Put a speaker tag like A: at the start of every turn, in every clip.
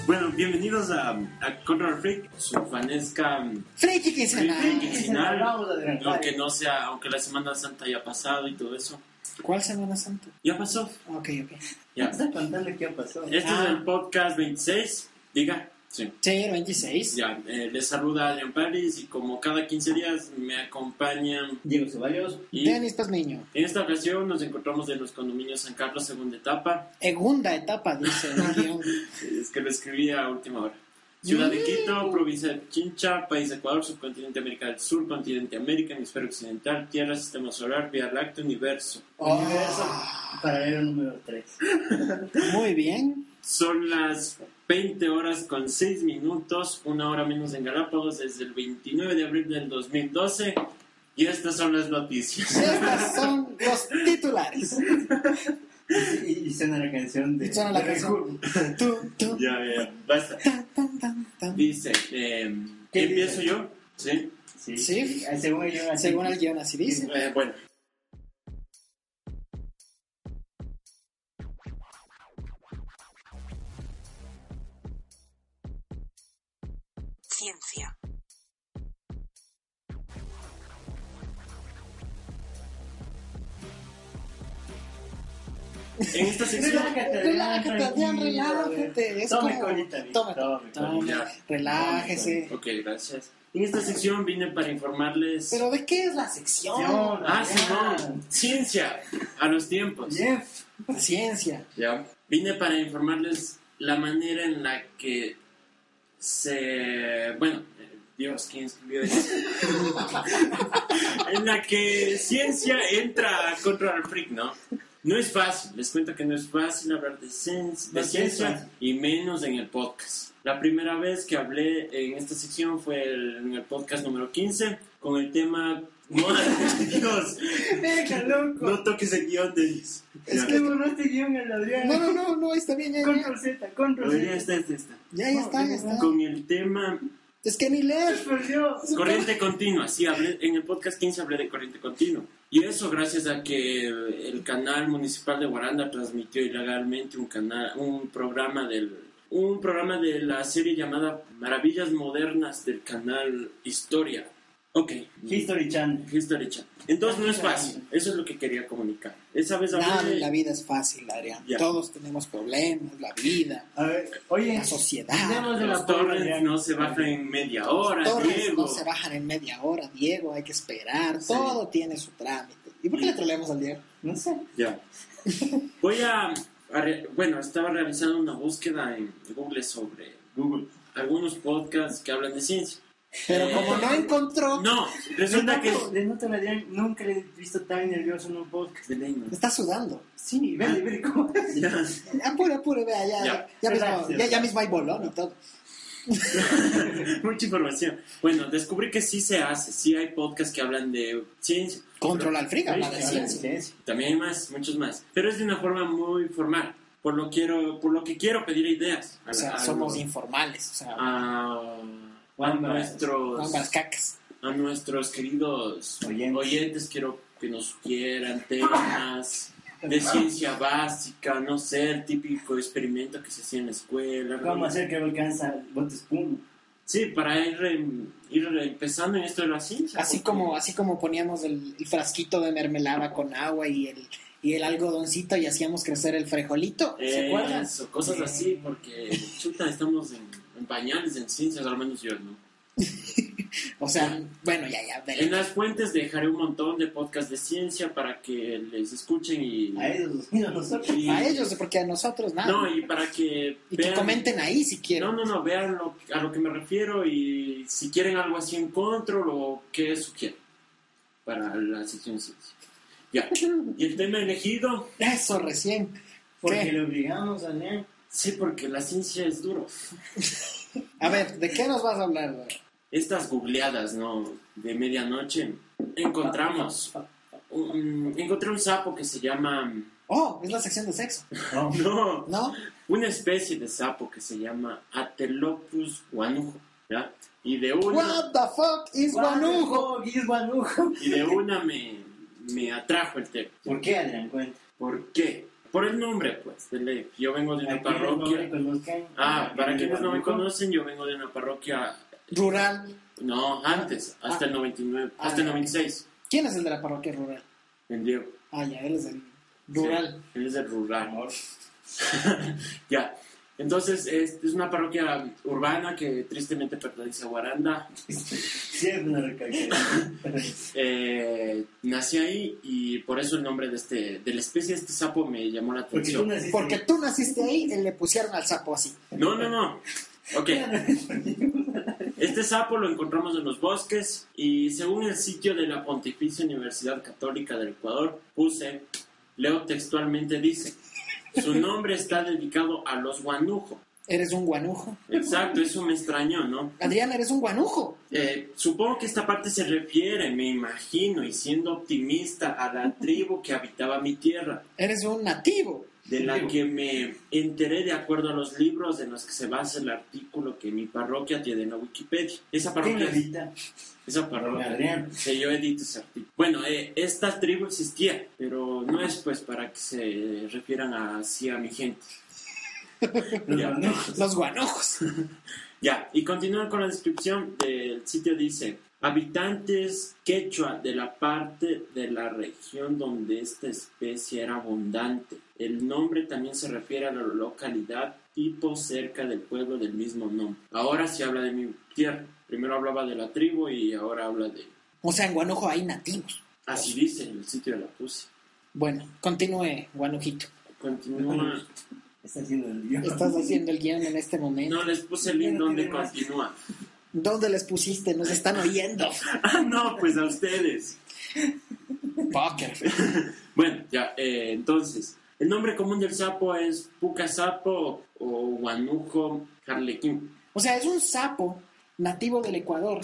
A: Bueno, bienvenidos a, a Control Freak, su fanesca mm,
B: Friki quincenal.
A: Friki quincenal.
B: Vamos a adelantar.
A: aunque no sea, aunque la Semana Santa haya pasado y todo eso.
B: ¿Cuál Semana Santa? Ah,
A: Ya pasó,
B: Ok, ok.
A: ya.
C: Vamos a contarle qué pasó.
A: Este
B: Ah.
A: es el podcast 26, diga. Sí.
B: Sí, el 26.
A: Ya, eh, les saluda Leon Paris y como cada 15 días me acompañan
C: Diego Ceballos,
A: y en
B: Denis Pazmiño.
A: esta ocasión nos encontramos en los condominios San Carlos segunda etapa,
B: Segunda etapa, dice el guión.
A: es que lo escribí a última hora. Ciudad de Quito, provincia de Chincha, país de Ecuador, subcontinente América del Sur, continente América, hemisferio occidental, tierra, sistema solar, vía láctea, universo.
C: universo paralelo número 3.
B: Muy bien.
A: Son las 20 horas con 6 minutos, una hora menos en Galápagos, desde el 29 de abril del 2012. Y estas son las noticias.
B: Estas son los titulares.
C: Y, y suena la canción de.
B: Y suena la
C: de
B: canción. Tú, tú,
A: ya, ya, basta.
B: tan, tan, tan, tan.
A: Dice, eh,
C: ¿Qué
A: ¿empiezo
C: dice?
A: yo? Sí.
C: Sí.
B: Sí.
C: Ah, Según yo, así.
B: Según el guión así dice.
A: Eh, bueno.
D: Ciencia.
A: En esta sección...
C: Relájate,
B: Relájate, Adrián,
C: tranquilo,
B: relájate. Es
C: Tome
B: como-
C: colita, Vic,
B: tome,
C: tome
B: tome.
C: colita.
B: Relájese.
A: Ok, gracias. En esta sección vine para informarles...
B: Pero ¿de qué es la sección?
C: Señor,
A: Ah, sí,
C: ya.
A: no. Ciencia. A los tiempos.
C: Bien.
B: Ciencia.
A: Ya. Vine para informarles la manera en la que se... Bueno, eh, Dios, ¿quién escribió eso? en la que ciencia entra a Control Freak, ¿no? No es fácil, les cuento que no es fácil hablar de, cien- de
C: No, sí es
A: ciencia
C: fácil.
A: y menos en el podcast. La primera vez que hablé en esta sección fue el- en el podcast número 15 con el tema... No, Dios,
C: Venga, loco.
A: no toques el guión, Denis.
C: Es
A: Ya.
C: que borraste guión en Adrián.
B: No, no, no, no, está bien, ya, ya.
C: Control Z, control
A: Podría
C: Z.
A: estar esta, esta.
B: Ya, ya está, ya está.
A: Con el tema
B: Es que ni leer.
C: Por Dios.
A: corriente continua. Sí, hablé, en el podcast 15 hablé de corriente continua. Y eso gracias a que el canal municipal de Guaranda transmitió ilegalmente un canal, un programa del un programa de la serie llamada Maravillas Modernas del canal Historia. Ok.
C: History Channel.
A: History Channel. Entonces no es fácil. Eso es lo que quería comunicar. Esa vez hablé
B: Nada en
A: de-
B: la vida es fácil, Adrián.
A: Ya.
B: Todos tenemos problemas, la vida,
C: A ver, oye.
B: la sociedad.
C: hablemos de
A: Los
C: la
A: torrents no se bajan en media hora,
B: Torres
A: Diego.
B: no se bajan en media hora, Diego, hay que esperar, todo tiene su trámite. ¿Y por qué le troleamos al Diego?
C: No sé.
A: Ya. Voy a, a re- bueno, estaba realizando una búsqueda en Google sobre
C: Google.
A: algunos podcasts que hablan de ciencia.
B: Pero
A: Eh,
B: como no encontró,
A: No, resulta que
C: Denoto- denoto a Adrián, nunca le he visto tan nervioso en un podcast.
A: de ley, ¿no?
B: está sudando.
C: Sí, vele,
A: Ah.
C: vele cómo es.
A: Ya.
B: Apure, apure, Ah, vea, ya,
A: Ya.
B: ya,
C: Relax,
B: mismo, ya,
C: relax.
B: ya mismo hay bolón y todo.
A: Mucha información. Bueno, descubrí que sí se hace, sí hay podcasts que hablan de ciencia.
B: Control al frío, habla de
C: Habla de
B: ciencia.
C: ciencia.
A: También hay más, muchos más. Pero es de una forma muy formal. Por lo quiero, por lo que quiero pedir ideas. A,
B: O sea,
A: a-
B: somos informales, o sea,
A: a, a
C: Juan Bras-
A: nuestros
B: ambas cacas.
A: a nuestros queridos oyentes.
C: Oyentes.
A: quiero que nos sugieran temas de ciencia básica, no sé, el típico experimento que se hacía en la escuela.
C: ¿Cómo hacer que no alcanza botes espuma?
A: Sí, para ir, em, ir empezando en esto de la ciencia.
B: Así
A: porque-
B: como, así como poníamos el, el frasquito de mermelada con agua y el, y el algodoncito y hacíamos crecer el frejolito. ¿Se acuerdan?
A: Eso, cosas así, porque chuta, estamos en, en pañales, en ciencias, al menos yo, ¿no?
B: O sea, bueno, ya, ya.
A: En
B: dele.
A: las fuentes dejaré un montón de podcasts de ciencia para que les escuchen y...
C: A ellos los miro a nosotros.
A: y-
B: A ellos, porque a nosotros nada.
A: No, y para que
B: y que comenten ahí si quieren.
A: No, no, no, vean lo- a lo que me refiero y si quieren algo así en control o qué sugieren para la sección ciencia. Ya. ¿Y el tema elegido?
B: Eso recién.
C: Porque
B: ¿Qué?
C: le obligamos a leer.
A: Sí, porque la ciencia es duro.
B: A ver, ¿de qué nos vas a hablar? güey?
A: Estas googleadas, ¿no? De medianoche, encontramos. un- encontré un sapo que se llama.
B: Oh, es la sección de sexo,
A: No,
B: ¿no?
A: una especie de sapo que se llama Atelopus guanujo, ¿ya? Y de una,
B: What the fuck is Guanujo?
C: Guis Guanujo.
A: y de una me, me atrajo el tema.
C: ¿Por qué Adrián cuenta?
A: ¿Por qué? Por el nombre, pues, de ley. Yo vengo de una
C: Para quienes no me
A: parroquia.
C: conozcan.
A: Ah, para quienes no me
C: Guanujo.
A: conocen, yo vengo de una parroquia.
B: Rural.
A: No, antes, hasta el 99,
B: Ah,
A: hasta el
B: ya.
A: 96.
B: ¿Quién es el de la parroquia rural?
A: El Diego.
B: Ah, ya, él es el rural.
A: Sí, él es el rural. ya. Entonces, es, es una parroquia urbana que tristemente pertenece a Guaranda.
C: Siempre lo recalqué.
A: Eh, nací ahí y por eso el nombre de, este, de la especie de este sapo me llamó la
C: Porque tú
A: atención.
C: naciste.
B: Porque tú naciste ahí y le pusieron al sapo así.
A: No, no, no. Ok. Este sapo lo encontramos en los bosques y según el sitio de la Pontificia Universidad Católica del Ecuador, puse, leo textualmente, dice, su nombre está dedicado a los guanujo.
B: Eres un guanujo.
A: Exacto, eso me extrañó, ¿no?
B: Adrián, eres un guanujo.
A: Eh, supongo que esta parte se refiere, me imagino, y siendo optimista, a la tribu que habitaba mi tierra,
B: Eres un nativo.
A: de la que me enteré de acuerdo a los libros en los que se basa el artículo que mi parroquia tiene en la Wikipedia. Esa
C: ¿Quién
A: parroquia...
C: edita?
A: Esa parroquia.
C: Adrián.
A: Sí, yo edito ese artículo. Bueno, eh, esta tribu existía, pero no es pues para que se refieran así a mi gente.
C: Los
A: Ya.
C: Guanujos.
B: Los guanojos.
A: Ya, y continúan con la descripción del sitio. Dice, habitantes quechua de la parte de la región donde esta especie era abundante. El nombre también se refiere a la localidad tipo cerca del pueblo del mismo nombre. Ahora se habla de mi tierra. Primero hablaba de la tribu y ahora habla de...
B: O sea, en guanujo hay nativos.
A: Así dice en el sitio de la PUSI.
B: Bueno, continúe, guanujito.
A: Continúa.
C: Está haciendo el lío.
B: Estás haciendo el guión en este momento.
A: No les puse el link donde continúa.
B: ¿Dónde les pusiste? Nos están oyendo.
A: Ah, no, pues a ustedes.
B: Póker.
A: Bueno, ya, eh, entonces, el nombre común del sapo es puca sapo o guanujo harlequín.
B: O sea, es un sapo nativo del Ecuador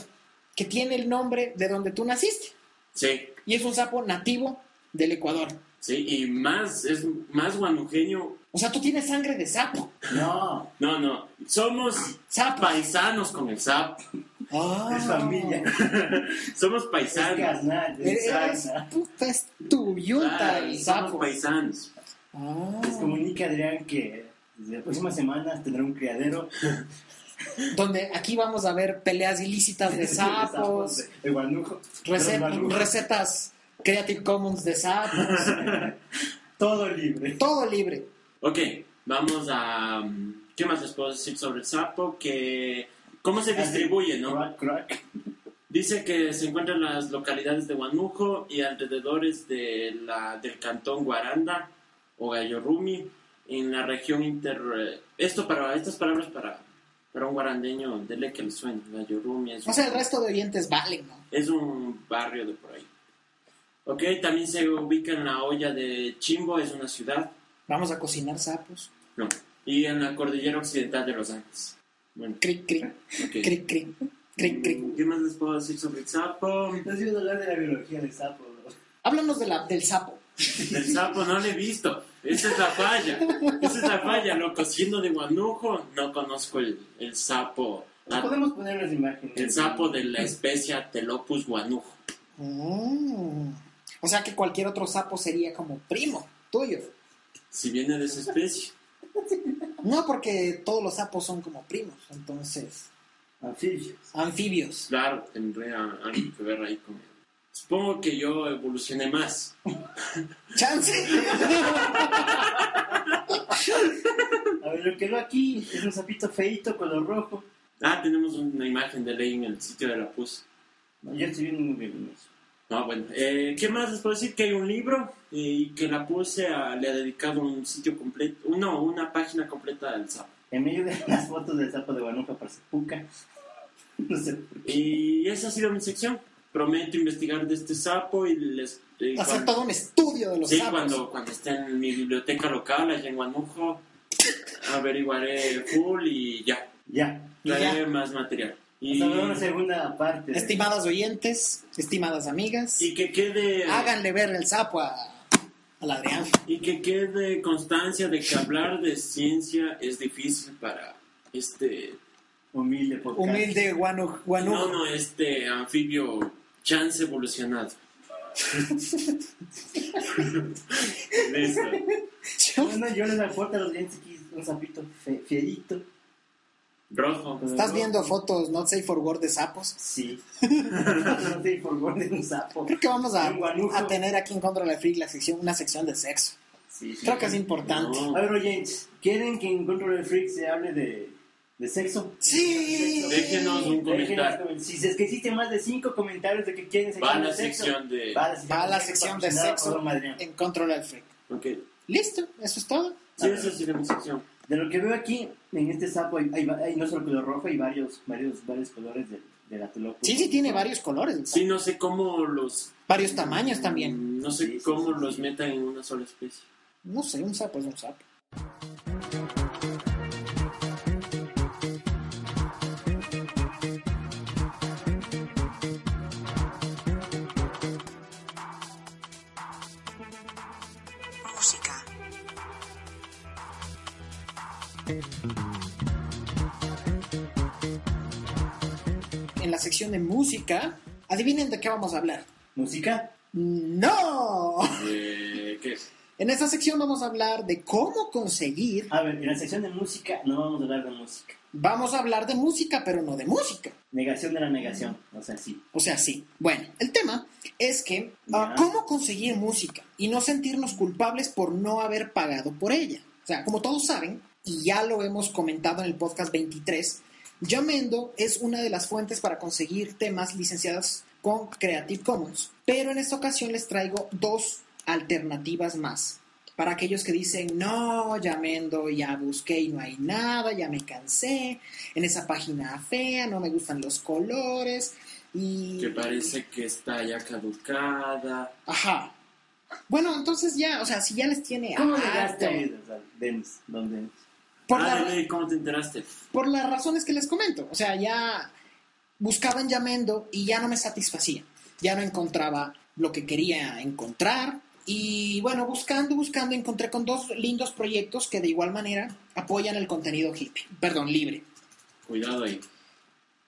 B: que tiene el nombre de donde tú naciste.
A: Sí,
B: Y es un sapo nativo del Ecuador.
A: sí, y más, es más guanujeño.
B: O sea, tú tienes sangre de sapo.
C: No,
A: No, no, somos
B: Sapo.
A: paisanos con el sapo.
C: es
B: Ah.
C: familia.
A: Somos
C: Es
A: paisanos.
C: carnal, es
B: Eres
C: sarna.
B: puta, es tu yunta
A: Claro,
B: el
A: somos
B: sapo.
A: paisanos.
B: Ah,
C: Les comunica Adrián que desde la próxima semana tendrá un criadero
B: donde aquí vamos a ver peleas ilícitas de sapos,
C: de guanujo,
B: recet-
C: de guanujo.
B: recetas Creative Commons de sapos,
C: todo libre.
B: todo libre.
A: Ok, vamos a... mm, ¿Qué más les puedo decir sobre el sapo? Que... ¿Cómo se distribuye, no?
C: Crack, crack.
A: Dice que se encuentra en las localidades de Huanujo y alrededores de la, del cantón Guaranda o Gallorrumi, en la región inter... eh, Esto para, estas palabras para, para un guarandeño, dele que le suene, Gallorrumi es,
B: O
A: un-
B: sea, el resto de oyentes valen, ¿no?
A: es un barrio de por ahí. Ok, también se ubica en la olla de Chimbo, es una ciudad,
B: Vamos a cocinar sapos.
A: no, y en la cordillera occidental de los Andes. Bueno,
B: Cric, cric,
A: ok.
B: cric, cric, cric, cric.
A: ¿Qué más les puedo decir sobre el sapo?
C: Entonces ibas a hablar de la biología del sapo. ¿no?
B: Háblanos de la, del sapo.
A: Del sapo no lo he visto. Esa es la falla. Esa es la falla, loco. Siendo de Guanujo, no conozco el, el sapo.
C: No podemos poner las imágenes.
A: Ah. El sapo de la especie Telopus guanujo.
B: Mm. O sea que cualquier otro sapo sería como primo tuyo.
A: Si viene de esa especie.
B: No, porque todos los sapos son como primos, entonces
C: Anfibios.
B: anfibios.
A: Claro, tendría algo que ver ahí con Supongo que yo evolucioné más.
B: Chance.
C: A ver, lo que veo aquí es un sapito feito, color rojo.
A: Ah, tenemos una imagen de ley en el sitio de la PUS.
C: Yo estoy viendo muy bien eso.
A: Ah, bueno. Eh, ¿Qué más les puedo decir? Que hay un libro eh, y que la PUS le ha dedicado un sitio completo, no, una página completa del sapo.
C: En medio de las fotos del sapo de Guanuca para Sepuca. No sé por qué.
A: Y esa ha sido mi sección. Prometo investigar de este sapo y les... y
B: Hacer
A: cuando-
B: todo un estudio de los
A: sí,
B: sapos.
A: cuando, cuando esté en mi biblioteca local, allá en Guanujo, averiguaré full y ya.
C: Ya.
B: Y ya.
A: Traeré más material. Y,
C: Hasta luego, una segunda parte. de-
B: Estimadas oyentes, estimadas amigas,
A: y que quede...
B: háganle ver el sapo a, al Adrián.
A: Y que quede constancia de que hablar de ciencia es difícil para este...
C: Humilde podcast.
B: Humilde guanu, guanu-
A: No, no, este anfibio chance evolucionado. Listo.
C: Bueno, yo les aporto a los dientes aquí un sapito fe- fierito.
A: Rojo.
B: ¿Estás viendo fotos not safe for work de sapos?
C: Sí. no te informó de un sapo.
B: Creo que vamos a,
C: De un guanujo.
B: a tener aquí en Contra la Freak la sección, una sección de sexo.
C: Sí, sí.
B: Creo que es importante.
A: No.
C: A ver, oyentes, ¿quieren que en Control Freak se hable de, de sexo?
B: Sí.
A: Déjenos un comentario.
C: Déjenos, Si es que existen más de cinco comentarios de que quieren
A: Va a
C: de
A: la
C: sexo,
A: sección de...
C: Va a la sección, oh,
B: Va a la sección de
C: patrocinada por
B: sexo
C: Don Adrián.
B: en Control al Freak.
A: Ok.
B: Listo, eso es todo.
A: Sí, esa sería mi sección.
C: De lo que veo aquí, en este sapo hay, hay, hay no solo color rojo, hay varios, varios, varios colores de, de la telópolis.
B: Sí, sí, tiene varios colores. el
A: Sí,
B: sapo.
A: no sé cómo los...
B: Varios tamaños también.
A: mm, No sé
C: Sí, sí,
A: cómo
C: sí,
A: los
C: sí.
A: metan en una sola especie.
B: No sé, un sapo es un sapo.
D: música.
B: En la sección de música, adivinen de qué vamos a hablar.
C: ¿Música?
B: ¡No!
A: Eh, ¿Qué?
B: En esta sección vamos a hablar de cómo conseguir.
C: A ver, en la sección de música no vamos a hablar de música.
B: Vamos a hablar de música, pero no de música.
C: Negación de la negación. O sea, sí.
B: O sea, sí. Bueno, el tema es que ah,
C: Ya.
B: cómo conseguir música y no sentirnos culpables por no haber pagado por ella. O sea, como todos saben, y ya lo hemos comentado en el podcast 23, Jamendo es una de las fuentes para conseguir temas licenciados con Creative Commons. Pero en esta ocasión les traigo dos alternativas más. Para aquellos que dicen, no, Jamendo, ya busqué y no hay nada, ya me cansé, en esa página fea, no me gustan los colores y...
A: Que parece que está ya caducada.
B: Ajá. Bueno, entonces ya, o sea, si ya les tiene
C: ¿Cómo
B: harto,
C: llegaste a ir? Ah, O sea, Dennis, don Dennis.
B: por,
A: ah,
B: la-
A: de ley, ¿cómo te enteraste?
B: por las razones que les comento, o sea, ya buscaba en Yamendo y ya no me satisfacía. Ya no encontraba lo que quería encontrar. Y bueno, buscando, buscando, encontré con dos lindos proyectos que de igual manera apoyan el contenido hippie, perdón, libre.
A: Cuidado ahí.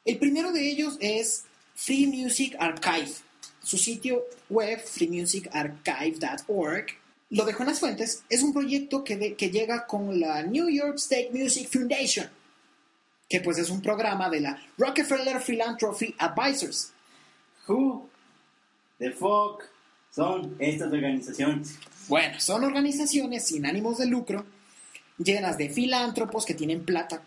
B: El primero de ellos es Free Music Archive. Su sitio web, freemusicarchive.org, lo dejó en las fuentes, es un proyecto que, de- que llega con la New York State Music Foundation, que pues es un programa de la Rockefeller Philanthropy Advisors.
C: Who the fuck son estas organizaciones?
B: Bueno, son organizaciones sin ánimos de lucro, llenas de filántropos que tienen plata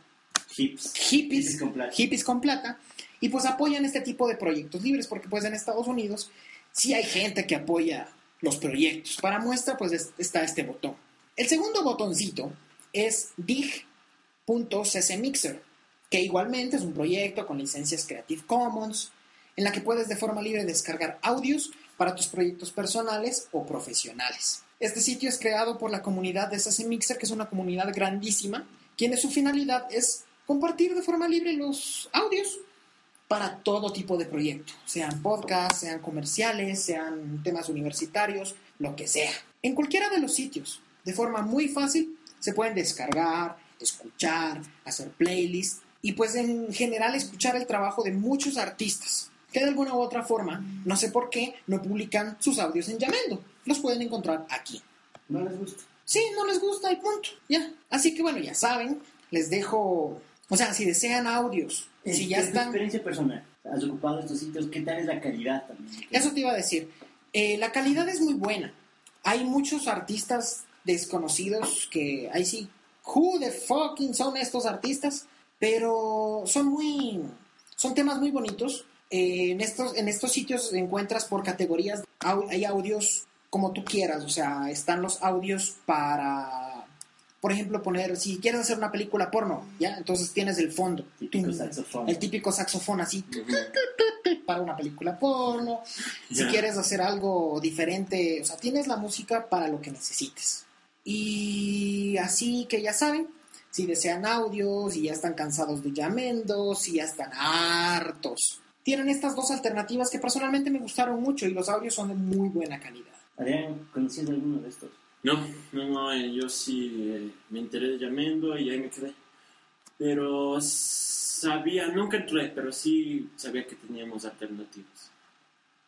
C: Hips.
B: hippies, hippies
C: Hippies con plata.
B: con plata, y pues apoyan este tipo de proyectos libres, porque pues en Estados Unidos sí hay gente que apoya los proyectos. Para muestra, pues es- está este botón. El segundo botoncito es dig.ccmixer, que igualmente es un proyecto con licencias Creative Commons, en la que puedes de forma libre descargar audios para tus proyectos personales o profesionales. Este sitio es creado por la comunidad de CC Mixer, que es una comunidad grandísima, quienes su finalidad es compartir de forma libre los audios para todo tipo de proyecto, sean podcasts, sean comerciales, sean temas universitarios, lo que sea. En cualquiera de los sitios, de forma muy fácil, se pueden descargar, escuchar, hacer playlists y pues en general escuchar el trabajo de muchos artistas que de alguna u otra forma, no sé por qué, no publican sus audios en Yamendo. Los pueden encontrar aquí.
C: No les gusta.
B: Sí, no les gusta y punto. Ya. Así que bueno, ya saben, les dejo O sea, si desean audios,
C: Es-
B: si ya
C: Eh, es tu
B: están...
C: experiencia personal. Has ocupado estos sitios, ¿qué tal es la calidad también?
B: Eso te iba a decir. Eh, la calidad es muy buena. Hay muchos artistas desconocidos que ahí sí, who the fucking son estos artistas, pero son muy, son temas muy bonitos. Eh, en estos, en estos sitios encuentras por categorías, au- hay audios como tú quieras, o sea, están los audios para, por ejemplo, poner, si quieres hacer una película porno, ya, entonces tienes el fondo,
C: Típico saxofón.
B: el típico saxofón así, para una película porno, si
A: Ya.
B: quieres hacer algo diferente, o sea, tienes la música para lo que necesites. Y así que ya saben, si desean audios, si ya están cansados de llamendo, si ya están hartos. Tienen estas dos alternativas que personalmente me gustaron mucho y los audios son de muy buena calidad.
C: Adrián, ¿conocías alguno de estos?
A: No, no, no, eh, yo sí eh, me enteré de Yamendo y ahí me quedé. Pero sabía, nunca entré, pero sí sabía que teníamos alternativas.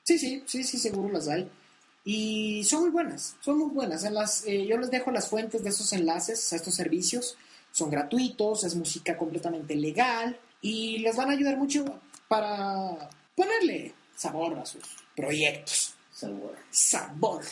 B: Sí, sí, sí, sí, seguro las hay. Y son muy buenas, son muy buenas. En las, eh, yo les dejo las fuentes de esos enlaces a estos servicios. Son gratuitos, es música completamente legal y les van a ayudar mucho para ponerle sabor a sus proyectos.
C: Sabor.
B: Sabor.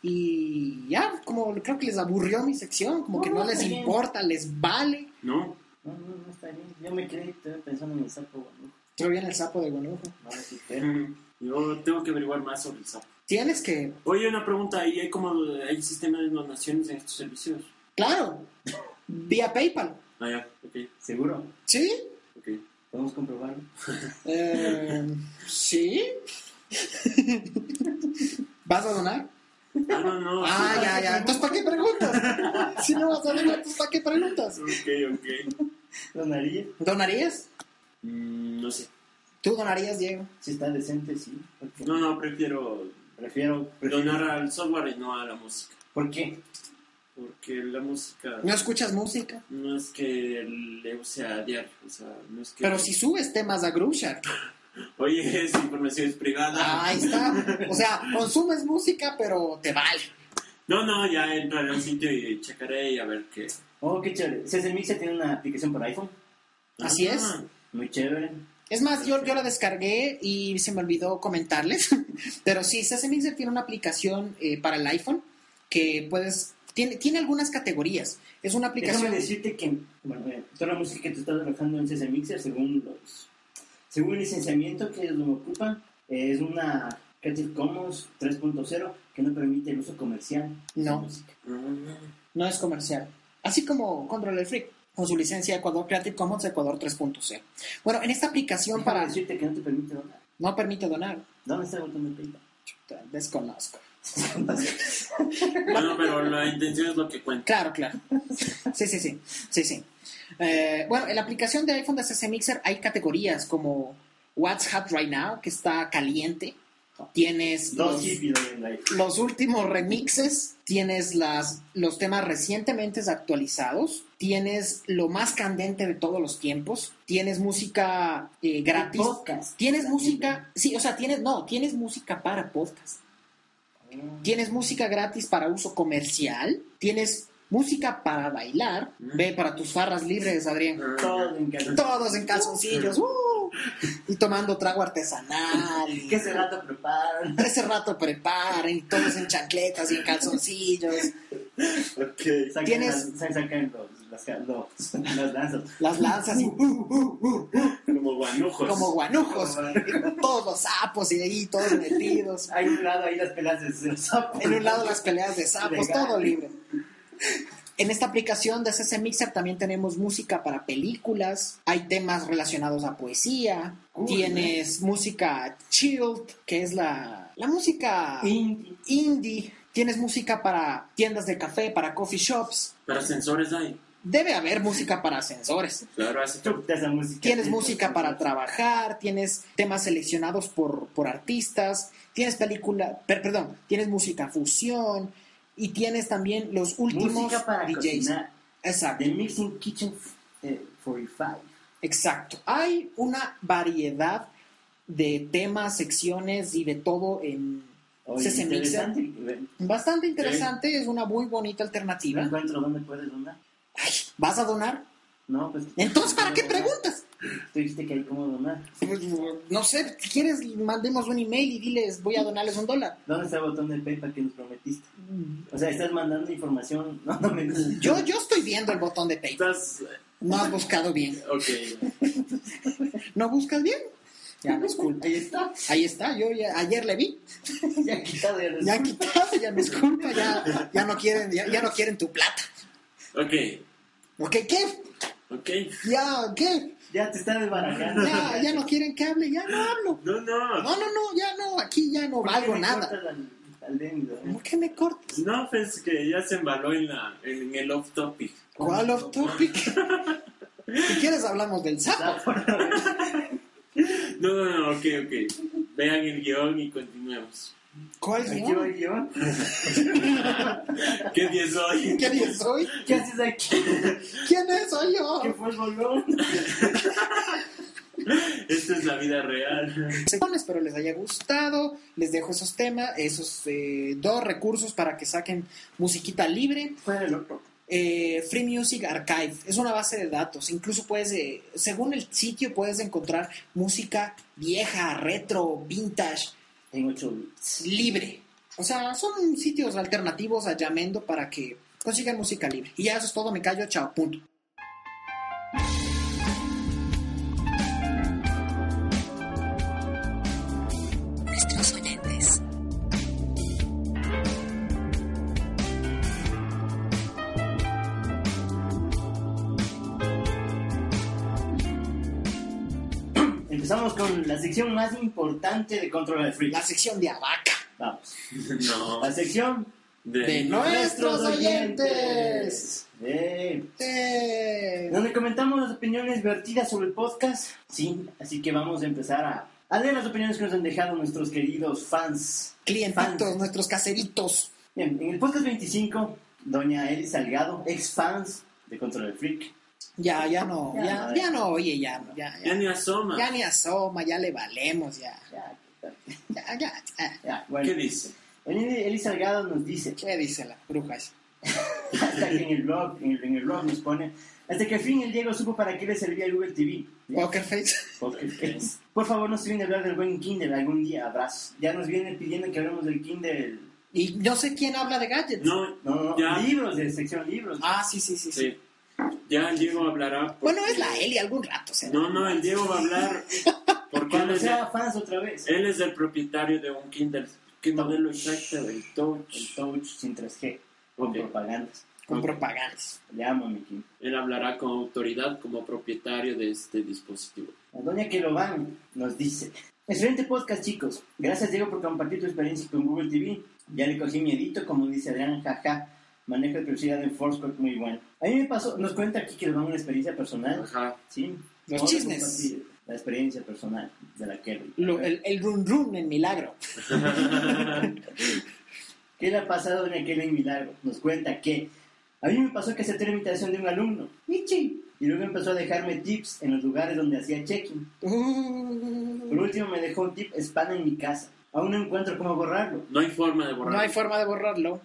B: Y ya, como creo que les aburrió mi sección, como que
C: No,
B: no les
C: está bien.
B: importa, les vale.
A: ¿No?
C: No, no, no está bien. Yo me quedé todavía pensando en el sapo. ¿no?
B: Creo bien el sapo de Guanujo.
C: No, sí, pero-
A: Ujú. Em, Yo tengo que averiguar más sobre el SAP.
B: Tienes que,
A: Oye, una pregunta, ¿y hay como hay sistema de donaciones en estos servicios?
B: claro, vía PayPal.
A: Ah, ya, ok,
C: ¿Seguro?
B: ¿Sí?
A: ok.
C: ¿Podemos comprobarlo?
B: Eh, sí. ¿Vas a donar?
A: Ah, no, no.
B: Ah,
A: sí.
B: ya, ya. Entonces, ¿para qué preguntas? Si no vas a donar, entonces, ¿para qué preguntas?
A: Ok, ok.
C: ¿Donaría?
B: ¿Donarías?
A: Mm, no sé.
B: Tú donarías, Diego.
C: Si está decente, sí. Porque
A: No, no, prefiero
C: Prefiero, prefiero-
A: donar al software y no a la música.
C: ¿Por qué?
A: Porque la música
B: No escuchas música,
A: no es que le use a diario. O sea, no es que...
B: pero si subes temas a Grusha.
A: Oye, esa información es privada.
B: Ahí está. O sea, consumes música, pero te vale.
A: No, no, ya entraré al sitio y checaré y a ver qué.
C: Oh, qué chévere. CC Mixer tiene una aplicación para iPhone.
A: Ah,
B: Así es.
C: Muy chévere.
B: Es más, yo, yo la descargué y se me olvidó comentarles, pero sí, CC Mixer tiene una aplicación eh, para el iPhone que puedes, tiene, tiene algunas categorías. Es una aplicación...
C: Déjame decirte que bueno, eh, toda la música que tú estás trabajando en CC Mixer, según los, según el licenciamiento que ellos lo ocupan, eh, es una Creative Commons 3.0 que no permite el uso comercial de
B: No.
C: música.
A: ah.
B: No es comercial. Así como Control el Freak, con su licencia Ecuador Creative Commons Ecuador 3.0. Bueno, en esta aplicación
C: Déjame
B: para...
C: decirte que no te permite donar.
B: No permite donar.
C: ¿Dónde está el botón de PayPal?
B: Chuta, Desconozco.
A: Bueno, pero la intención es lo que cuenta.
B: Claro, claro. Sí, sí, sí. sí, sí. Eh, bueno, en la aplicación de iPhone de CC Mixer hay categorías como What's Hot Right Now, que está caliente. Tienes
C: Dos
B: los,
C: hippies en la
B: los últimos remixes, tienes las, los temas recientemente actualizados, tienes lo más candente de todos los tiempos, tienes música eh, gratis.
C: podcast.
B: Tienes música, sí, o sea, tienes, no, tienes música para podcast. Tienes música gratis para uso comercial. Tienes música para bailar. Ve para tus farras libres, Adrián.
C: Todo en casa.
B: Todos en calzoncillos. ¡uh! Y tomando trago artesanal.
C: Que ese rato preparan.
B: Ese rato preparen. Y todos en chancletas y en calzoncillos.
C: Sacan,
B: Tienes-
C: las- sacan los, las, ca- los- las danzas.
B: Las lanzas y ¡uh, uh, uh, uh!
A: Como guanujos.
B: como guanujos. Todos los sapos y ahí todos metidos.
C: Hay un lado ahí las pelas de los sapos.
B: En un lado las peleas de sapos,
C: Legal.
B: todo libre. En esta aplicación de CC Mixer también tenemos música para películas, hay temas relacionados a poesía,
C: Cool,
B: tienes música chilled, que es la, la música
C: Indie.
B: indie, tienes música para tiendas de café, para coffee shops,
A: Para sensores hay.
B: debe haber música para ascensores.
A: Claro, hace tú.
C: Chuta esa música.
B: Tienes música para trabajar, tienes temas seleccionados por, por artistas, tienes película, per- perdón, tienes música fusión y tienes también los últimos
C: Música para
B: DJs.
C: cocinar.
B: Exacto,
C: The Mixing Kitchen eh, 45.
B: exacto. Hay una variedad de temas, secciones y de todo en
C: Oye,
B: CC Mixer.
C: interesante. Ven,
B: Bastante interesante, es una muy bonita alternativa.
C: encuentro dónde puedes donar.
B: ¿Vas a donar?
C: No, pues.
B: Entonces, ¿para qué preguntas? Pues,
C: Tú dijiste que hay cómo donar.
B: No sé, si quieres, mandemos un email y diles, voy a donarles un dólar.
C: ¿Dónde está el botón de PayPal que nos prometiste? O sea, estás mandando información. No, no me.
B: Yo, yo estoy viendo el botón de PayPal.
A: Estás.
B: No has buscado bien.
A: Ok.
B: ¿No buscas bien? Ya, no es culpa.
C: Ahí está.
B: Ahí está, yo ya- ayer le vi.
C: Ya quitado ya lo
B: Ya han quitado, ya no es culpa, ya, ya no quieren, ya, ya no quieren tu plata.
A: Ok.
B: ¿Ok? ¿Qué?
A: Ok.
B: Ya, ¿qué?
C: Ya te está desbarajando.
B: Ya, ya no quieren que hable, ya no hablo.
A: No, no.
B: No, no, no, ya no, aquí ya no valgo nada.
C: eh?
B: ¿Por qué me cortas?
A: No, pues que ya se embaló en, la, en el off topic.
B: ¿Cuál off topic? Si quieres hablamos del sapo.
A: No, no, no, ok, ok. Vean el guión y continuemos.
B: ¿Cuál
C: ¿Qué
B: guión?
C: voy yo?
A: ¿Qué día es hoy?
B: ¿Qué día soy?
C: ¿Qué haces aquí?
B: ¿Quién es? Soy yo.
C: ¿Qué fue el bolón?
A: Esta es la vida real.
B: Secciones, Espero les haya gustado. Les dejo esos temas, esos eh, dos recursos para que saquen musiquita libre.
C: Fue el otro.
B: Eh, Free Music Archive es una base de datos. Incluso puedes, eh, según el sitio, puedes encontrar música vieja, retro, vintage,
C: En 8 bits.
B: libre. O sea, son sitios alternativos a Yamendo para que consigan música libre. Y ya eso es todo, me callo, chao, punto.
D: nuestros oyentes.
C: Empezamos con la sección más importante de Control de Freak.
B: La sección de Abaca.
C: Vamos.
A: No.
C: La sección
B: De
A: De...
B: nuestros oyentes.
C: Eh,
B: Eh,
C: donde comentamos las opiniones vertidas sobre el podcast. Sí, así que vamos a empezar a, a leer las opiniones que nos han dejado nuestros queridos fans.
B: clientitos,
C: Fans.
B: nuestros caseritos.
C: Bien, en el podcast 25, doña Eli Salgado, ex fans de Control del Freak.
B: Ya, ya no,
C: Ya,
B: ya,
C: no,
B: ya no, oye, ya, ya,
A: Ya
B: ya,
A: ni asoma.
B: ya ni asoma, ya le valemos, ya,
C: Ya,
B: ya, ya, ya.
C: ya, bueno.
A: ¿Qué dice?
C: Doña Eli Salgado nos dice,
B: ¿Qué dice la bruja? esa?
C: hasta que en el blog, en el, en el blog nos pone, hasta que al fin el Diego supo para qué le servía el Google TV. Ya.
B: Poker Face.
C: Poker Face. Por favor, nos viene a hablar del buen Kindle algún día, abrazo. Ya nos viene pidiendo que hablemos del Kindle.
B: Y no sé quién habla de gadgets.
A: No,
C: No, no, no,
A: Ya.
C: libros, de sección libros.
B: Ah, sí, sí, sí, sí.
A: sí. Ya el Diego hablará. por-
B: Bueno, es la Eli algún rato, será.
A: No, no, el Diego va a hablar porque él
C: Cuando
A: es,
C: sea fans otra vez.
A: él es el propietario de un Kindle. ¿Qué Eh, modelo exacto? El
C: El
A: Touch.
C: Touch sin 3G, con
A: Ok.
C: propagandas.
B: con
A: ok.
B: propagandas.
C: Le amo a mi Kindle.
A: Él hablará con autoridad como propietario de este dispositivo.
C: La doña Keloban nos dice: Excelente podcast, chicos. Gracias, Diego, por compartir tu experiencia con Google TV. Ya le cogí miedito, como dice Adrián, jaja. Manejo de curiosidad en Foursquare muy bueno. A mí me pasó, nos cuenta aquí que van una experiencia personal.
A: Ajá.
C: Sí.
B: Los
C: Vamos a
B: chismes.
C: compartir La experiencia personal de la Kelly.
B: Lo- el, el run run en Milagro.
C: ¿Qué le ha pasado a doña Kelly Milagro? Nos cuenta que a mí me pasó que acepté la invitación de un alumno. Ichi. Y luego empezó a dejarme tips en los lugares donde hacía check-in.
B: Uh,
C: Por último me dejó un tip spam en mi casa. Aún no encuentro cómo borrarlo.
A: No hay forma de borrar.
B: no hay forma de borrarlo.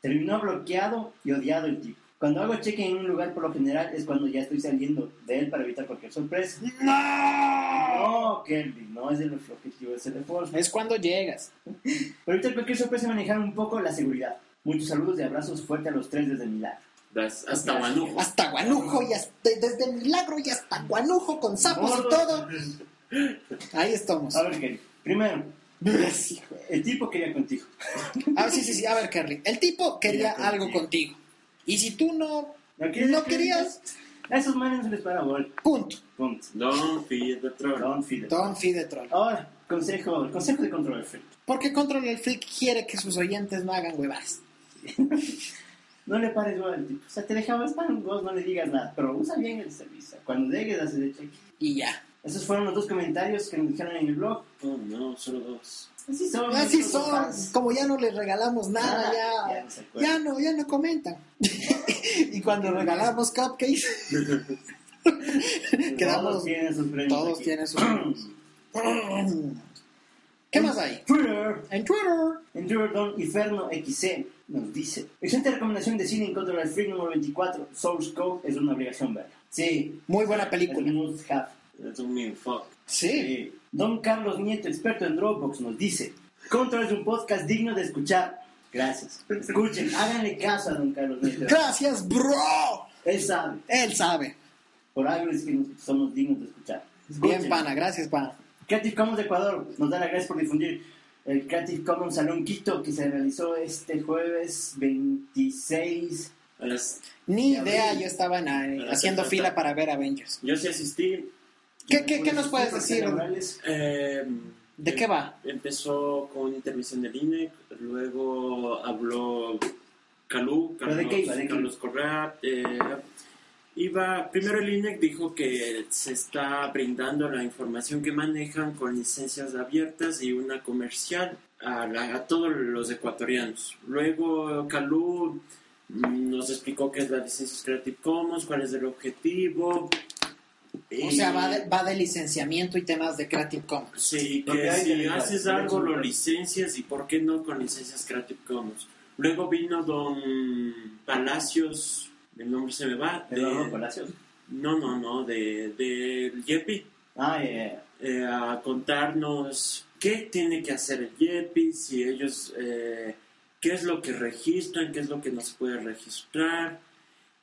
C: Terminó bloqueado y odiado el tipo. Cuando hago cheque en un lugar, por lo general es cuando ya estoy saliendo de él para evitar cualquier sorpresa. ¡No! No, Kelly, no es el objetivo de ser Force.
B: Es cuando llegas.
C: Para evitar cualquier sorpresa, manejar un poco la seguridad. Muchos saludos y abrazos fuertes a los tres desde Milán.
A: Das- Hasta Manujo.
B: Hasta Guanujo y hasta, desde Milagro y hasta Guanujo con sapos y Ah, pues, todo. Ahí estamos.
C: A ver, Kelly. Primero,
B: Hijo de-
C: el tipo quería contigo.
B: Ah, sí, sí, sí. A ver, Kerry. El tipo quería
C: Quería
B: algo contigo. Y si tú no,
C: ¿No
B: no querías,
C: A esos manes no les para bola.
B: punto.
C: Punto.
A: Don't feed the troll.
C: Don't feed it.
B: Don't feed the troll.
C: Ahora, consejo, consejo de control, Alfred.
B: Porque Control el Freak quiere que sus oyentes no hagan huevadas.
C: No le pares bola al tipo. O sea, te dejabas tan vos no le digas nada. Pero usa bien el servicio. Cuando llegues, haces el check.
B: Y ya.
C: Esos fueron los dos comentarios que nos dijeron en el blog.
A: Oh, no, solo dos.
C: Así son.
B: Así
C: nosotros
B: son.
C: fans.
B: Como ya no les regalamos nada,
C: Nada, ya
B: ya.
C: no se acuerdan.
B: Ya no, ya no comentan. y cuando regalamos cupcakes, quedamos-
C: Todos tienen sus premios.
B: todos
C: aquí.
B: tienen sus premios. ¿qué más hay?
C: Twitter.
B: En Twitter.
C: En Twitter, Don Inferno XC nos dice: Excelente recomendación de cine en contra del Freak número 24. Source Code es una obligación verla. Sí.
B: Muy buena película.
C: Es un must have.
A: Es un mean fuck.
B: Sí.
C: Sí. Don Carlos Nieto, experto en Dropbox, nos dice: Contra es un podcast digno de escuchar. Gracias. Escuchen, háganle caso a Don Carlos Nieto.
B: Gracias, bro.
C: Él sabe,
B: Él sabe.
C: por algo es que nos- somos dignos de escuchar. Escuchen.
B: Bien, pana. Gracias, pana.
C: Creative Commons de Ecuador nos da las gracias por difundir el Creative Commons Salón Quito que se realizó este jueves 26.
A: A las-
B: Ni
C: Ya
B: idea,
C: vi.
B: yo estaba en- eh, haciendo fila para ver Avengers.
A: Yo sí asistí.
B: ¿Qué, qué, qué nos puedes decir?
C: Morales.
A: eh,
B: ¿De qué va?
A: Empezó con una intervención del INEC, luego habló Calú,
C: ¿Pero
A: Carlos,
C: de qué iba? ¿De qué?
A: Carlos Correa. eh, iba, primero el INEC dijo que se está brindando la información que manejan con licencias abiertas y una comercial a, la- a todos los ecuatorianos. Luego Calú mm, nos explicó qué es la licencia Creative Commons, cuál es el objetivo.
B: O sea, va de, va de licenciamiento y temas de Creative Commons.
A: Sí,
C: Lo que
A: que
C: hay que
A: si
C: dejar,
A: haces
C: lo que
A: algo
C: hay que
A: lo
C: dejar.
A: licencias y por qué no con licencias Creative Commons. Luego vino don Palacios, el nombre se me va. de-
B: Eh,
C: Eduardo Palacios.
A: no, no, no, de, de Yepi,
C: Ah, eh,
A: eh, a contarnos qué tiene que hacer el Yepi, si ellos, eh, qué es lo que registran, qué es lo que no se puede registrar,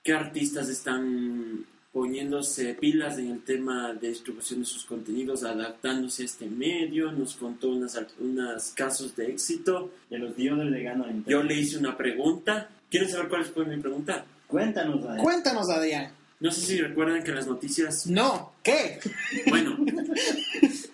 A: qué artistas están poniéndose pilas en el tema de distribución de sus contenidos, adaptándose a este medio, nos contó unos unas casos de éxito.
C: de los dioses de Gano en
A: Yo le hice una pregunta. ¿Quieren saber cuál fue mi pregunta?
C: Cuéntanos, eh, Daniel.
B: Cuéntanos, Adrián.
A: No sé si recuerdan que las noticias
B: No, ¿qué?
A: Bueno,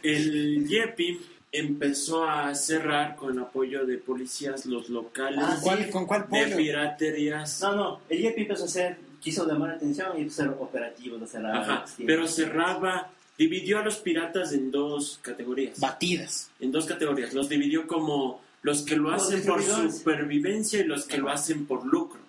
A: el YEPI empezó a cerrar con apoyo de policías los locales
C: Ah,
B: ¿Con cuál, con cuál
A: de
B: pollo?
A: piraterías.
C: No, no, el Yepi empezó a hacer, quiso llamar la atención y empezó a ser operativo, de cerrar.
A: Ajá,
C: Sí.
A: pero cerraba, dividió a los piratas en dos categorías.
B: Batidas.
A: En dos categorías, los dividió como los que lo
C: Los
A: hacen por
C: distribuidores.
A: supervivencia y los que lo hacen por lucro.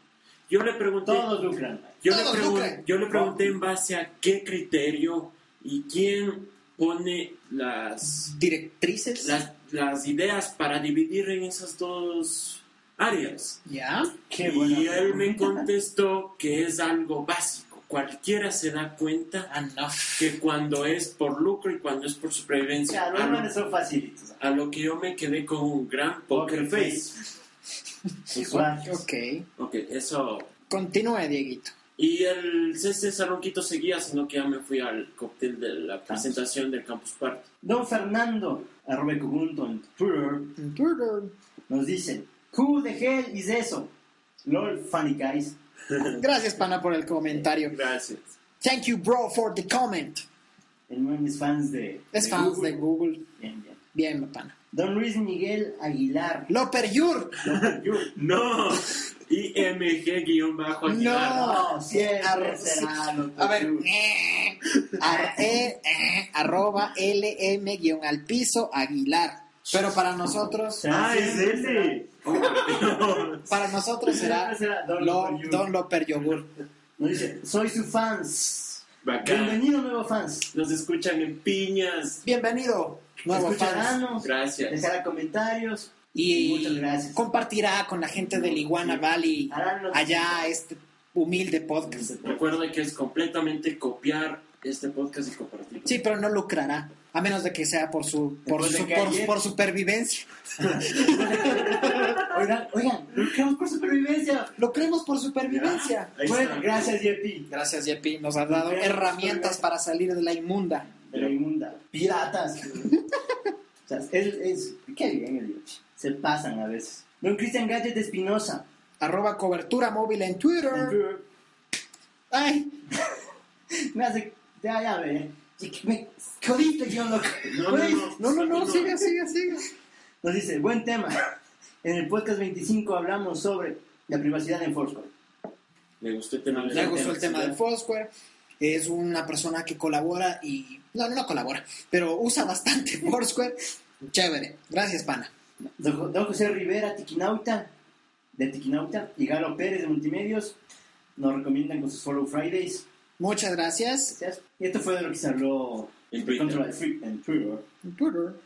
A: Yo le pregunté,
C: Todos lucran.
A: Yo le,
B: Todos
A: pregun-
B: lucran.
A: yo le pregunté en base a qué criterio y quién pone las
B: Directrices.
A: las, las ideas para dividir en esas dos áreas.
B: ¿Ya?
C: Qué buena
A: y él me
C: pregunta.
A: contestó que es algo básico. Cualquiera se da cuenta
B: Ah, no.
A: que cuando es por lucro y cuando es por supervivencia.
C: Claro,
A: A
C: los
A: lo,
C: manes son facilitos.
A: a lo que yo me quedé con un gran poker face.
C: Usual.
B: Ok.
A: Ok, eso.
B: Continúe, Dieguito.
A: Y el CC Salonquito seguía, sino que ya me fui al cóctel de la presentación del Campus Party.
C: Don Fernando, arroba Cubuntu en Twitter, nos dice, Who the hell is eso? LOL, funny guys.
B: Gracias, pana, por el comentario.
A: Gracias.
B: Thank you, bro, for the comment.
C: El man es fans de...
B: Es fans de Google.
C: Bien, bien.
B: Bien, pana.
C: Don Luis Miguel Aguilar.
B: Loper Yur.
A: No, IMG-Aguilar.
C: No, siempre
B: Ar-
C: será lo que
B: A ver, eh,
C: tú.
B: ar- eh, eh, E, arroba lm guión al piso aguilar. Pero para nosotros,
A: Ah, es
C: Siempre
A: ese.
B: para nosotros será
C: Siempre será Don
B: Lo-
C: Loper Yur.
B: Don Loper Yogur.
C: Nos dice, soy su fans.
A: Bacán.
C: Bienvenido, nuevo fans.
A: Nos escuchan en piñas.
B: Bienvenido, nuevo fan.
C: Escucharán,
A: Gracias.
C: dejará comentarios.
B: Y
C: muchas gracias.
B: compartirá con la gente del Iguana Valley
C: Harán lo que
B: allá este humilde podcast.
A: Recuerda que es completamente copiar este podcast y compartirlo.
B: Sí, pero no lucrará. A menos de que sea por su por,
C: Después de
B: su-
C: que
B: por-
C: ayer-
B: por supervivencia.
C: Oigan, oigan, lucramos por supervivencia.
B: Lucremos por supervivencia.
A: Ahí
C: Bueno,
A: está.
C: gracias, JP.
B: Gracias, Yepi. Nos has dado
C: Lucremos por
B: herramientas
C: supervivencia.
B: para salir de la inmunda.
C: De la inmunda. Piratas. o sea, es, es. Qué bien el JP. Se pasan a veces. Don Cristian Gadget de Espinosa.
B: Arroba cobertura móvil en Twitter. Ay,
C: Me hace. Ya, ya, ve. Me jodiste, yo loco.
A: No, no, no.
B: no, no, no, siga, siga, siga.
C: Nos dice, buen tema. En el podcast 25 hablamos sobre la privacidad en Foursquare.
A: Me gustó el tema.
B: Le gustó el tema del Foursquare. Es una persona que colabora y. No, no colabora, pero usa bastante Foursquare. Chévere. Gracias, pana.
C: Don don José Rivera, Tiquinauta, de Tiquinauta, y Galo Pérez de Multimedios nos recomiendan con sus Follow Fridays.
B: Muchas gracias.
C: Gracias. Y esto fue de lo que se habló
A: En Twitter.
C: Control Alt Freak en Twitter.
B: Twitter.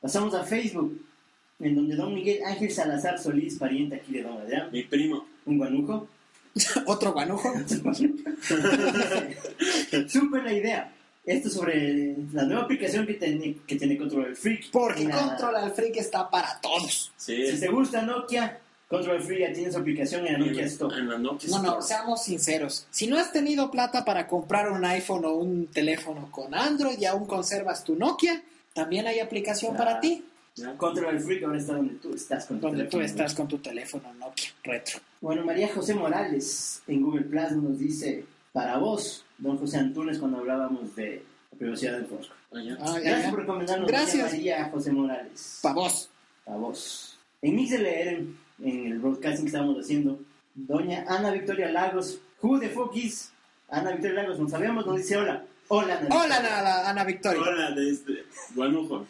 C: Pasamos a Facebook, en donde don Miguel Ángel Salazar Solís, pariente aquí de don Adrián,
A: Mi primo.
C: un guanujo,
B: Otro guanujo.
C: Súper la idea. Esto sobre la nueva aplicación que tiene, que tiene Control Freak.
B: Porque
C: Una-
B: Control al Freak está para todos.
A: Sí.
C: Si te gusta Nokia, Control Freak ya tiene su aplicación en la Nokia Store.
A: En la Nokia
B: No, no,
A: Store.
B: seamos sinceros. Si no has tenido plata para comprar un iPhone o un teléfono con Android y aún conservas tu Nokia, también hay aplicación para ti
A: Ya.
C: Control Freak ahora está donde tú estás. Con tu
B: donde tú
C: Ah, teléfono.
B: estás con tu teléfono Nokia retro.
C: Bueno, María José Morales en Google Plus nos dice, para vos, don José Antunes, cuando hablábamos de la privacidad del Fosco.
A: Allá.
B: Ay, ay,
C: Gracias
B: ay.
C: por recomendarnos
B: Gracias.
C: María José Morales.
B: Ah, Pa' vos.
C: a vos. En Mix de Leer, en, en el broadcasting que estábamos haciendo, doña Ana Victoria Lagos, Who the fuck is Ana Victoria Lagos, no sabemos, nos dice hola. Hola, Ana.
B: Hola,
C: Victoria.
B: Ana, Ana Victoria.
A: Hola, este, desde Guanujo.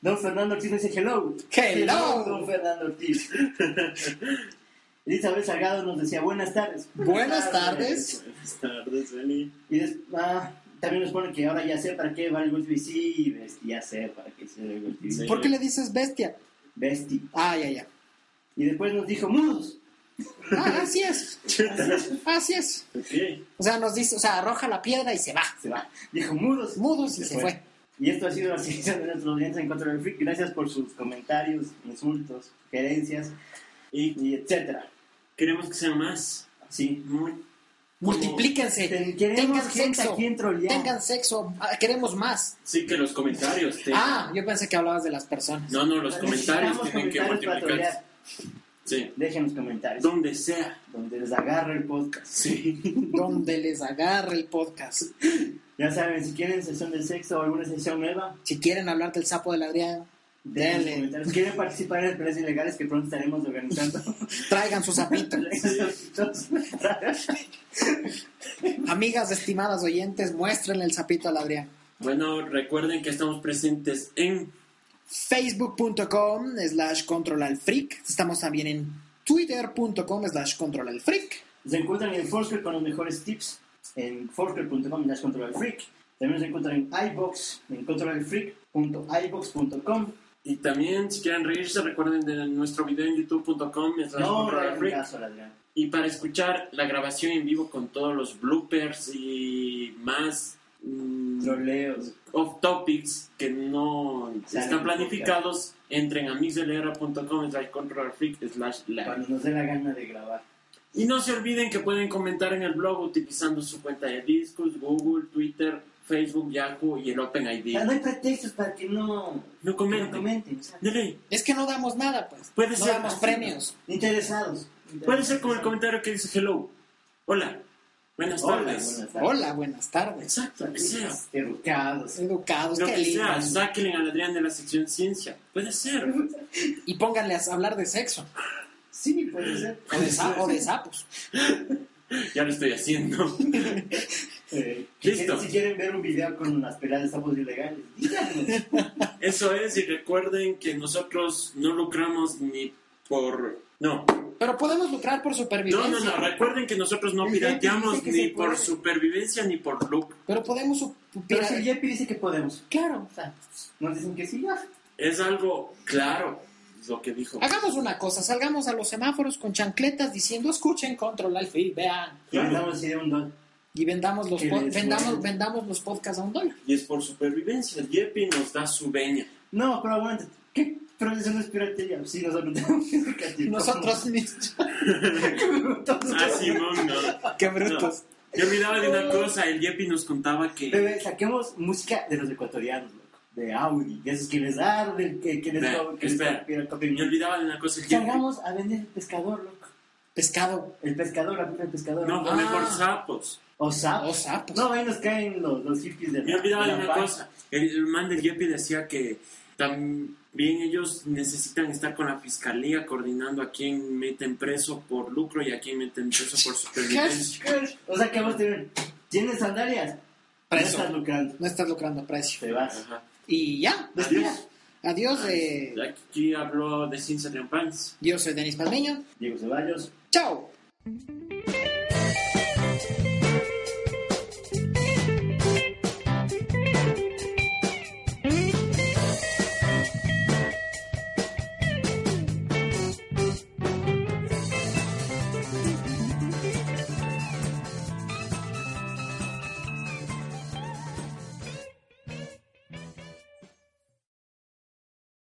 C: Don Fernando Ortiz nos dice hello.
B: Hello.
C: Don Fernando Ortiz. Elizabeth Salgado nos decía buenas tardes.
B: Buenas tardes.
A: Buenas tardes, Eli.
C: Y des- ah, también nos pone que ahora ya sé para qué va el Gold y besti, ya sé para qué sirve el Gold
A: Sí.
B: ¿Por qué le dices bestia? Ah,
C: Besti.
B: Ay, ay, ay.
C: Y después nos dijo mudos.
B: Ah, así es. Así es.
A: Ok.
B: O sea, nos dice, o sea, arroja la piedra y se va.
C: Se va. Dijo mudos.
B: Mudos y se fue.
C: Y esto ha sido la sección de nuestros audiencia en contra del freak. Gracias por sus comentarios, insultos, sugerencias
A: Y
C: y etcétera.
A: queremos que sean más.
C: Sí.
A: Muy-
B: Multiplíquense.
C: Ten-
B: Tengan
C: Queremos gente
B: sexo.
C: aquí en trolear.
B: Tengan sexo. Ah, Queremos más.
A: Sí, que los comentarios. te-
B: Ah, yo pensé que hablabas de las personas.
A: No, no, los comentarios
C: Necesitamos
A: tienen que
C: comentarios para
A: multiplicarse.
C: trolear.
A: Sí.
C: Dejen los comentarios.
A: Donde sea.
C: Donde les agarre el podcast.
A: Sí.
B: Donde les agarre el podcast.
C: Ya saben, si quieren sesión de sexo o alguna sesión nueva,
B: Si quieren hablar del sapo del Adrián,
C: dejen los
B: Dale.
C: comentarios. Si quieren participar en las peleas ilegales que pronto estaremos organizando.
B: traigan su sapito.
C: Entonces,
B: Amigas estimadas oyentes, muéstrenle el sapito al Adrián.
A: Bueno, recuerden que estamos presentes en
B: Facebook.com slash control al freak. Estamos también en Twitter.com slash control al freak.
C: Se encuentran en Foursquare con los mejores tips en foursquare.com slash control freak. También se encuentran en iBox en controlalfreak.ibox.com.
A: Y también, si quieren reírse, recuerden de nuestro video en youtube.com. slash
C: No,
A: Control
C: no,
A: Freak.
C: caso, Adrián.
A: Y para escuchar la grabación en vivo con todos los bloopers y más mm,
C: Troleos.
A: off topics que no
C: Salen
A: están
C: en
A: planificados, entren a mixlr.com slash controlfreak slash live.
C: Cuando nos dé la gana de grabar.
A: Y no se olviden que pueden comentar en el blog utilizando su cuenta de Discord, Google, Twitter, Facebook, Yahoo y el
C: O sea,
A: OpenID.
C: no hay Ah, pretextos para que no,
A: No comenten.
C: que no comenten, o sea,
A: Dele,
B: Es que no damos nada, pues.
A: Puede
B: no
A: ser.
B: damos premios.
C: interesados.
A: puede ser con el comentario que dice hello. Hola, buenas
C: Hola,
A: tardes.
C: buenas tardes.
B: Hola, buenas tardes.
A: Exacto, lo que sea.
C: Educados.
B: Educados,
A: Lo
B: Pues qué
A: que sea,
B: lindos.
A: sáquenle al Adrián de la sección ciencia. Puede ser.
B: Y pónganle a hablar de sexo.
C: Sí, puede ser.
B: O de, sa- o de sapos.
A: Ya lo estoy haciendo.
C: Eh,
A: Listo.
C: si quieren- Si quieren ver un video con las peladas de sapos ilegales, díganos.
A: Eso es, y recuerden que nosotros no lucramos ni por... No,
B: Pero podemos lucrar por
A: no,
B: supervivencia.
A: no, no. Recuerden que nosotros no
C: El Jepi
A: pirateamos
C: dice que
A: ni
C: se puede.
A: por supervivencia ni por lucro.
B: Pero podemos... su-
C: Pero
B: pira-
C: si el Jepi dice que podemos.
B: Claro.
C: O sea, nos dicen que sí, ya.
A: Es algo claro lo que dijo.
B: Hagamos una cosa, salgamos a los semáforos con chancletas diciendo escuchen, control al feed, vean.
C: Y mandamos así de un don.
B: Y vendamos los,
C: Que
B: pod-
C: les
B: vendamos,
C: duele.
B: vendamos los podcasts a un dólar.
A: Y es por supervivencia. El Yepi nos da su veña.
C: No, pero aguanta. ¿Qué? Pero eso no es piratería. Sí, nosotros tenemos que castigar.
B: Nosotros mismos.
A: Ah, Simón, no.
B: Qué
A: brutos. Yo olvidaba de una cosa. El Yepi nos contaba que...
C: Bebé, saquemos música de los ecuatorianos, loco. De Audi. De esos que les arden, que, que les
A: Espera,
C: co- que les
A: espera.
C: co- piratean.
A: Me olvidaba de una cosa. El Yepi.
C: Salgamos a vender el pescador, loco.
B: Pescado
C: El pescador, la pipa del pescador.
A: No,
C: loco.
A: come por
B: Ah.
A: sapos.
C: O sapos.
B: o sapos.
C: No, ahí nos caen los, los hippies de
A: Me
C: la-
A: olvidaba de
C: la
A: una
C: paz.
A: cosa. El, el man del Yepi decía que también ellos necesitan estar con la fiscalía coordinando a quién meten preso por lucro y a quién meten preso por supervivencia.
C: O sea, que vos te ven. ¿Tienes sandalias? No
B: Preso.
C: estás lucrando.
B: No estás lucrando precio.
C: Te vas.
A: Ajá.
B: Y ya, despida.
A: Adiós.
B: Adiós. eh,
A: Aquí habló de Ciencia Triunfantes.
B: Yo soy Denis Palmeño.
C: Diego Ceballos.
B: Chao.
E: Thank